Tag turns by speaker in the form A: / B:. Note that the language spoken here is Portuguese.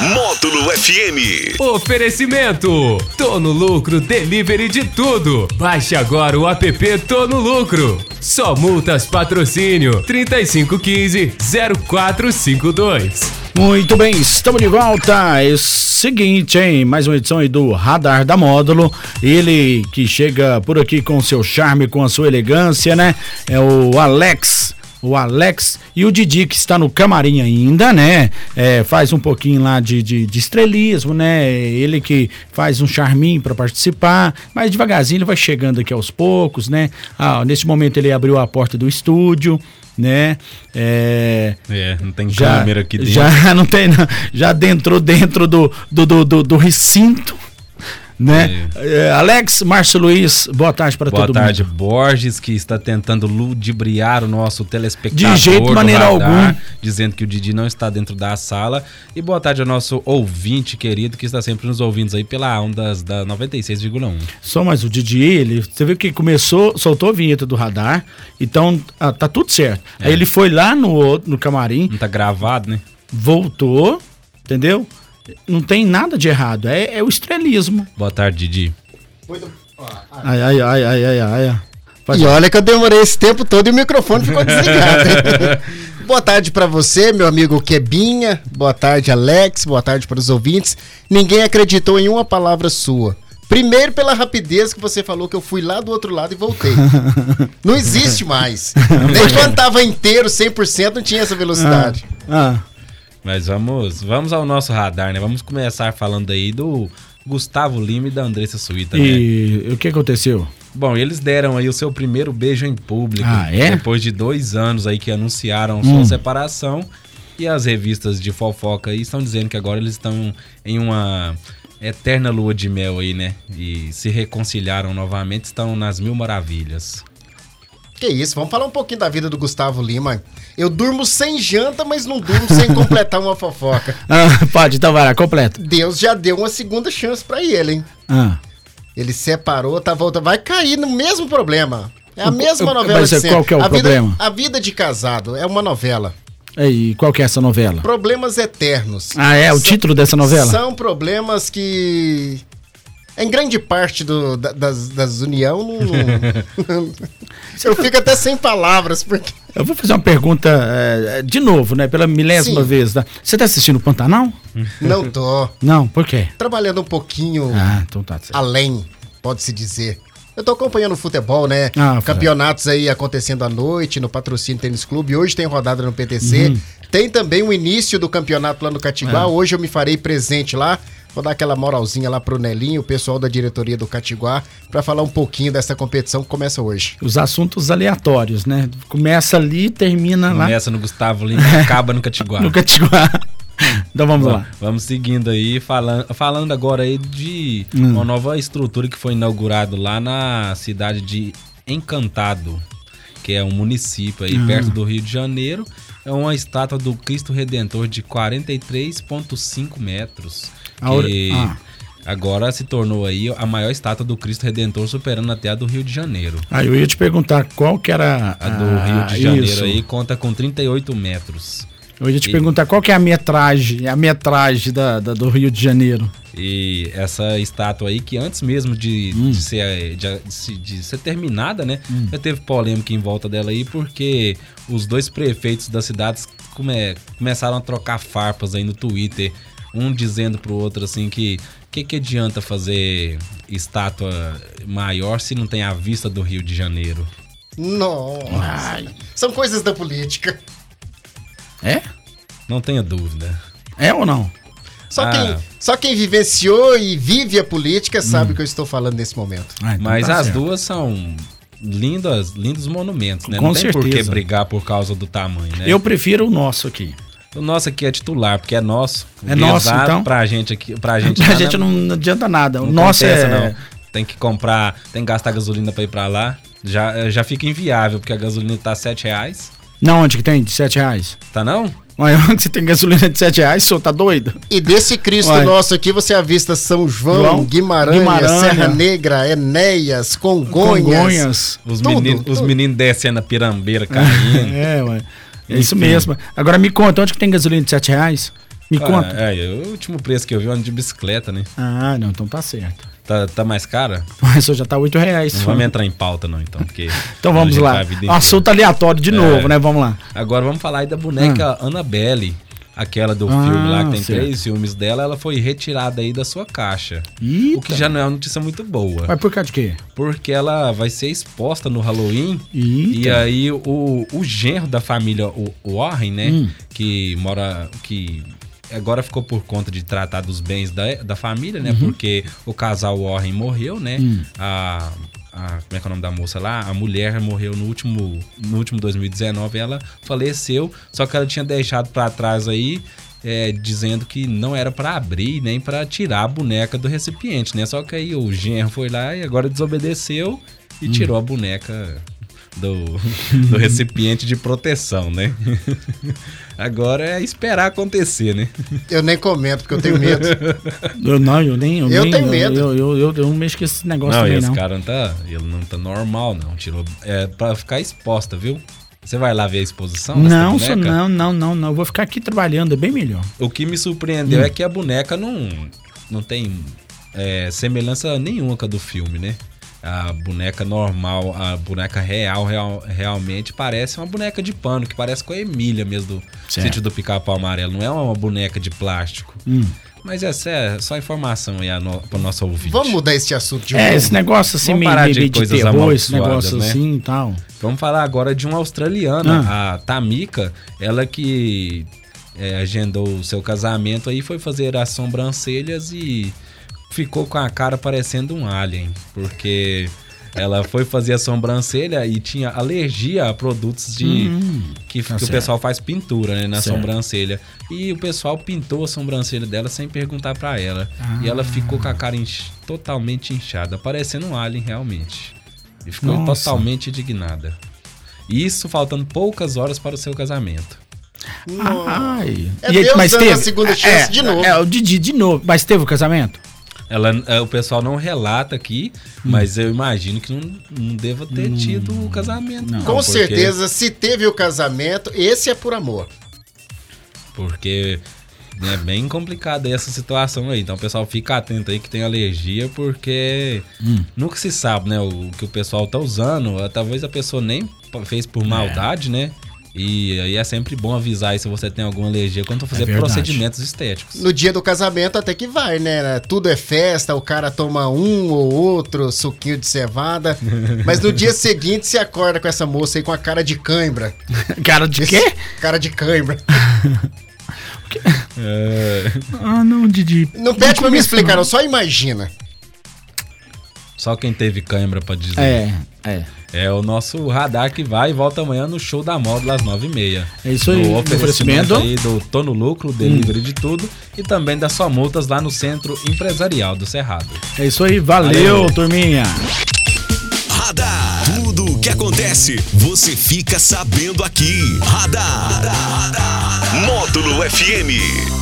A: Módulo FM.
B: Oferecimento: Tô no lucro, delivery de tudo. Baixe agora o app Tô no lucro. Só multas patrocínio 3515 0452.
C: Muito bem, estamos de volta. É o seguinte, hein? Mais uma edição aí do Radar da Módulo. Ele que chega por aqui com seu charme, com a sua elegância, né? É o Alex. O Alex e o Didi, que está no camarim ainda, né? É, faz um pouquinho lá de, de, de estrelismo, né? Ele que faz um charminho para participar, mas devagarzinho ele vai chegando aqui aos poucos, né? Ah, nesse momento ele abriu a porta do estúdio, né? É,
D: É, não tem
C: já,
D: câmera aqui dentro.
C: Já não tem, não. Já adentrou dentro do, do, do, do- do recinto. Né? É, Alex, Márcio Luiz, boa tarde para
D: Boa
C: todo
D: tarde,
C: mundo.
D: Borges, que está tentando ludibriar o nosso telespectador.
C: De jeito,
D: do
C: maneira
D: radar,
C: alguma.
D: Dizendo que o Didi não está dentro da sala. E boa tarde ao nosso ouvinte querido, que está sempre nos ouvindo aí pela ondas da 96,1.
C: Só mais o Didi, ele, você viu que começou, soltou a vinheta do radar, então ah, tá tudo certo.
D: É.
C: Aí ele foi lá no, outro- no camarim,
D: Não tá gravado, né?
C: voltou, entendeu? Não tem nada de errado, é, é o estrelismo.
D: Boa tarde, Didi.
C: Ai, ai, ai, ai, ai, ai. ai. Faz-
E: E olha que eu demorei esse tempo todo e o microfone ficou desligado. Boa tarde pra você, meu amigo Quebinha. Boa tarde, Alex. Boa tarde para os ouvintes. Ninguém acreditou em uma palavra sua. Primeiro, pela rapidez que você falou que eu fui lá do outro lado e voltei. Não existe mais. Nem quando tava inteiro, 100%, não tinha essa velocidade.
C: Ah,
D: Mas vamos, vamos ao nosso radar, né? Vamos começar falando aí do Gustavo Lima e da Andressa Suíta, né?
C: e o que aconteceu?
D: Bom, eles deram aí o seu primeiro beijo em público.
C: Ah, é? Hum.
D: Depois de dois anos aí que anunciaram sua separação. E as revistas de fofoca aí estão dizendo que agora eles estão em uma eterna lua de mel aí, né? E se reconciliaram novamente, estão nas mil maravilhas.
E: Que isso, vamos falar um pouquinho da vida do Gustavo Lima. Eu durmo sem janta, mas não durmo sem completar uma fofoca.
C: Ah, pode, então vai lá, completa.
E: Deus já deu uma segunda chance pra ele, hein?
C: Ah.
E: Ele separou, tá voltando. Vai cair no mesmo problema. É a mesma
C: eu-
E: novela
C: mas
E: de
C: é,
E: sempre.
C: qual que é o
E: a vida,
C: problema?
E: A vida de casado é uma novela.
C: E qual que é essa novela?
E: Problemas eternos.
C: Ah, é o
E: São-
C: título dessa novela?
E: São problemas que. Em grande parte do, da- das, das união não. não- eu fico até sem palavras, porque.
C: Eu vou fazer uma pergunta eh, de novo, né? Pela milésima
E: Sim.
C: vez. Tá? Você tá assistindo o Pantanal?
E: Não tô.
C: Não, por quê?
E: Trabalhando um pouquinho
C: Ah, então tá certo.
E: além, pode-se dizer. Eu tô acompanhando o futebol, né?
C: Ah, Fred.
E: Campeonatos aí acontecendo à noite no Patrocínio Tênis Clube. Hoje tem rodada no PTC. Tem também o início do campeonato lá no Catiguá. Hoje eu me farei presente lá. Vou dar aquela moralzinha lá pro Nelinho, o pessoal da diretoria do Catiguá, pra falar um pouquinho dessa competição que começa hoje.
C: Os assuntos aleatórios, né? Começa ali e termina lá
D: Começa é no Gustavo Lima, acaba no Catiguá.
C: no Catiguá. então vamos
D: Vamos,
C: lá.
D: vamos seguindo aí, falan- falando agora aí de
C: Hum.
D: uma nova estrutura que foi inaugurada lá na cidade de Encantado, que é um município
C: Ah.
D: aí perto do Rio de Janeiro. É uma estátua do Cristo Redentor de 43,5 metros.
C: A hora-
D: Que
C: ah.
D: agora se tornou aí a maior estátua do Cristo Redentor, superando até a do Rio de Janeiro.
C: Aí eu ia te perguntar qual que era Ah,
D: A do Rio de Janeiro aí conta com 38 metros.
C: Eu ia te
D: E-
C: perguntar qual que é a metragem, a metragem da, da- do Rio de Janeiro.
D: E essa estátua aí, que antes mesmo de,
C: Hum.
D: de ser, eh, de, de se- de ser terminada, né? Já teve polêmica em volta dela aí, porque os dois prefeitos das cidades come- começaram a trocar farpas aí no Twitter. Um dizendo pro outro assim que que, que adianta fazer estátua maior se não tem a vista do Rio de Janeiro?
E: Nossa! São coisas da política.
C: É?
D: Não tenha dúvida.
C: É ou não?
E: Só,
D: Ah.
E: quem, só quem vivenciou e vive a política sabe o que eu estou falando nesse momento.
C: Ah, então
D: Mas
C: tá
D: as
C: certo.
D: duas são lindas, lindos monumentos, né?
C: Com
D: não tem por que
C: certeza.
D: brigar por causa do tamanho, né?
C: Eu prefiro o nosso aqui.
D: O nosso aqui é titular, porque é nosso.
C: É nosso,
D: Rezar
C: então?
D: Pra gente aqui, pra gente,
C: A
D: lá,
C: gente
D: né?
C: não, não adianta nada. O nosso
D: compensa,
C: é.
D: Tem que comprar, tem que gastar gasolina pra ir pra lá. eh, Já, já fica inviável, porque a gasolina tá R$ 7 reais.
C: Não, onde que tem? De 7 reais?
D: Tá não?
C: Mas onde você tem gasolina de 7 reais, senhor? Tá doido?
E: E desse Cristo
C: Uai.
E: nosso aqui você avista São João,
C: João,
E: Guimarães,
C: Guimarães,
E: Serra Negra, Enéas, Congonhas.
C: Congonhas.
D: Os
E: Tudo,
D: meninos os
E: tudo.
D: meninos descendo a pirambeira caindo.
C: É, ué. É isso mesmo. Agora me conta, onde que tem gasolina de 7 reais? Me conta.
D: Ah, é, o último preço que eu vi é de bicicleta, né?
C: Ah, não, então tá certo.
D: Tá, tá mais cara?
C: Mas o senhor já tá 8 reais.
D: Não
C: senhor.
D: vamos entrar em pauta, não, então. Porque
C: Então vamos
D: a gente
C: lá.
D: vai tá a vida inteira. É.
C: Assunto aleatório de novo, né? Vamos lá.
D: Agora vamos falar aí da boneca Annabelle. Aquela do
C: Ah,
D: filme lá que tem
C: certo.
D: três filmes dela, ela foi retirada aí da sua caixa.
C: Eita.
D: O que já não é uma notícia muito boa.
C: Mas por causa de quê?
D: Porque ela vai ser exposta no Halloween.
C: Eita.
D: E aí o, o genro da família o o Warren, né? Que mora. que agora ficou por conta de tratar dos bens da, da família, né? Porque o casal Warren morreu, né? A. a- como é que é o nome da moça lá? A mulher morreu no último, no último 2019, ela faleceu, só que ela tinha deixado pra trás aí, é, dizendo que não era pra abrir nem pra tirar a boneca do recipiente, né? Só que aí o genro foi lá e agora desobedeceu e tirou a boneca do, do recipiente de proteção, né? Agora é esperar acontecer, né?
E: Eu nem comento, porque eu tenho medo.
C: Eu, não, eu nem. Eu,
E: Eu
C: nem-
E: tenho medo.
C: Eu, eu, eu, eu não mexo com esse negócio
D: não,
C: também,
D: esse
C: não.
D: cara não tá, ele não tá normal, não. Tirou é para ficar exposta, viu? Você vai lá ver a exposição? dessa
C: Não, senhor,
D: boneca?
C: não, não, não, não. Eu vou ficar aqui trabalhando, é bem melhor.
D: O que me surpreendeu é que a boneca não, não tem é, semelhança nenhuma com a do filme, né? A boneca normal, a boneca real, real- realmente parece uma boneca de pano, que parece com a Emília mesmo do
C: Certo.
D: sítio do pica-pau amarelo. Não é uma boneca de plástico. Mas essa é só informação aí a no, pro nosso ouvinte.
E: Vamos mudar esse assunto de
C: É,
E: novo.
C: esse negócio assim,
D: Vamos
C: meio,
D: parar
C: meio
D: de
C: de,
D: coisas
C: terror, esse negócio
D: amaldiçoadas, né?
C: assim e tal.
D: Vamos falar agora de uma australiana, a Tamika, ela que é, agendou o seu casamento aí, foi fazer as sobrancelhas e ficou com a cara parecendo um alien, porque ela foi fazer a sobrancelha e tinha alergia a produtos de
C: Uhum. Hum.
E: Hum.
D: que, que o
C: Tá certo.
D: pessoal faz pintura, né, na
C: Certo.
D: sobrancelha. E o pessoal pintou a sobrancelha dela sem perguntar pra ela. E
C: Ah.
D: ela ficou com a cara inch- totalmente inchada, parecendo um alien realmente. E ficou
C: Nossa.
D: totalmente indignada. Isso faltando poucas horas para o seu casamento.
C: Ai.
E: É Deus dando a segunda chance
C: é,
E: de novo.
C: É, o Didi de novo. Mas teve o casamento?
D: Ela, é, o pessoal não relata aqui,
C: Hum.
D: mas eu imagino que não, não deva ter tido o casamento. não,
C: Ah,
E: Com
C: tá.
D: porque-
E: certeza, se teve o casamento, esse é por amor.
D: Porque é bem complicada essa situação aí. Então, pessoal, fica atento aí que tem alergia, porque
C: Hum.
D: nunca se sabe, né? O que o pessoal tá usando. eh, Talvez a pessoa nem p- fez
C: É.
D: por maldade, né? E aí é sempre bom avisar aí se você tem alguma alergia quando for fazer
C: É verdade.
D: procedimentos estéticos.
E: No dia do casamento até que vai, né? Tudo é festa, o cara toma um ou outro suquinho de cevada. Mas no dia seguinte você acorda com essa moça aí com a cara de cãibra.
C: Cara de quê?
E: Cara de cãibra.
C: Ah, não, Didi.
E: Não pede pra me
C: começa,
E: explicar, não. Só imagina.
D: Só quem teve câimbra pra dizer. É.
C: É, é.
D: o nosso radar que vai e volta amanhã no show da moda às 9h30.
C: É isso aí,
D: No
C: oferecimento. Hum.
D: oferecimento aí do Tô no Lucro, delivery de tudo. E também das sua multas lá no Centro Empresarial do Cerrado.
C: É isso aí, valeu.
D: Valeu.
C: turminha.
A: Radar. Tudo o que acontece, você fica sabendo aqui. Radar. Módulo FM.